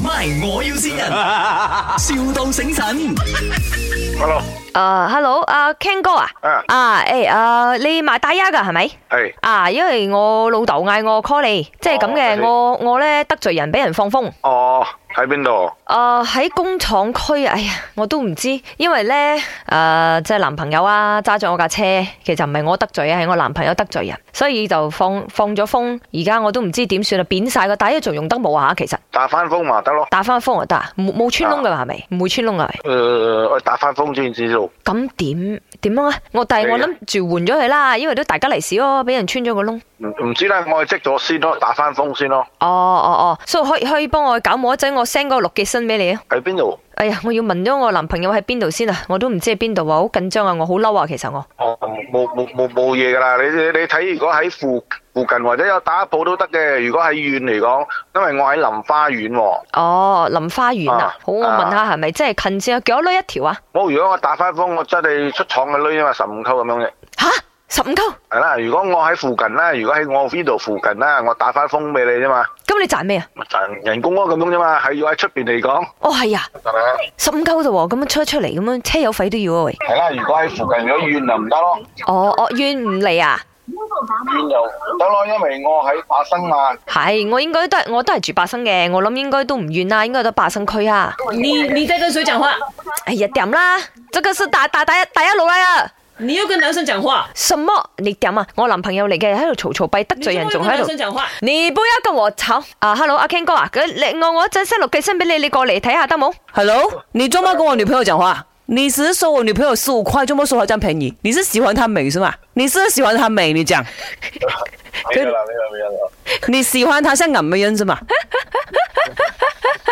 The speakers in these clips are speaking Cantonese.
，MY 我要先人，,笑到醒神。 Hello，啊、h e l l o 啊、Ken 哥啊，啊啊，诶、啊你賣大丫噶係咪？係啊，因為我老豆嗌我 call 你，即係咁嘅，我哦我咧得罪人，俾人放風。哦，喺邊度？啊，喺工廠區啊，哎呀，我都唔知，因為咧，诶、即係男朋友啊，揸咗我架車，其實唔係我得罪啊，係我男朋友得罪人，所以就放放咗風，而家我都唔知點算啦，啊扁晒個底，仲用得冇啊，其實打翻風嘛得咯。打翻風就得啊，冇冇穿窿噶係咪？唔會穿窿啊？係咪誒、我呃打翻風先知道。咁點點啊？我但係我諗住換咗佢啦，因為都大家嚟事咯，俾人穿咗個窿。唔唔知啦，我係積咗先咯，打翻風先咯。哦哦哦，所以可以可以幫我搞冇一陣，我 send 個六寄身俾你啊！喺邊度？哎呀，我要問咗我男朋友喺邊度先啊！我都唔知喺邊度啊，好緊張啊！我好嬲啊！其實我哦，冇冇冇冇嘢㗎啦。你你你睇，如果喺附附近或者有打鋪都得嘅。如果喺遠嚟講，因為我喺林花園喎、哦林花園啊啊，好我問下係咪真係近先啊？幾多女一條啊？我如果我打翻風，我真係出廠嘅女啊嘛，十五溝咁樣嘅。吓十五溝，係啦，如果我喺附近啦，如果喺我呢度附近啦，我打翻風俾你啫嘛，咁你賺咩啊？賺人工咯咁樣啫嘛，係要喺出邊嚟講。哦係啊，係咪啊十五溝啫喎，咁樣出一出嚟咁樣車油費都要啊喂！系啦，如果喺附近如果遠就唔得咯，哦哦，遠唔嚟啊？遠就唔得咯，因為我喺花生 嘛。係，我應該都係我都係住八生嘅，我諗應該都唔遠啦，應該都八生區啊。你你在跟谁讲话？哎呀，点啦！这个是打打打打一路来啊！你又跟男生讲话？什么？你点啊？我男朋友嚟嘅喺度嘈嘈閉，得你罪人怎仲么会喺跟男度生。讲话？你不要跟我吵啊！Hello，阿 Ken 哥啊，佢你我我一陣 send 錄寄聲俾你，你過嚟睇下得冇？ Hello，你做乜跟我女朋友讲话？你只是说我女朋友十五块，做乜说她这样便宜？你是喜欢她美是吗？你是喜欢她美？你讲，没有啦，没有啦没有啦。你喜欢她像俺们人是吗？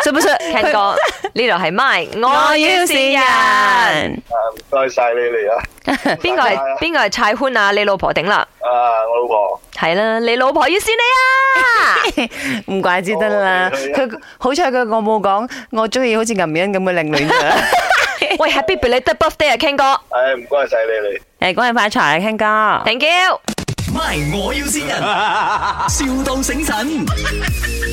是不是 Ken 哥，呢度係 My，我要我要線是人。人，啊，唔該晒你哋啊。 邊個係邊個係蔡歡啊？你老婆頂啦，啊，我老婆。係啦，你老婆要線 你啊！唔怪之得啦。哦係啊佢好彩佢我冇讲，我中意好似岩美欣咁嘅靚女 啫。喂，Happy belated birthday 啊，Ken 哥唉，唔該晒你哋。誒，恭喜發財啊，Ken 哥。 ，Thank you。 MY 我要先人，,笑到醒神。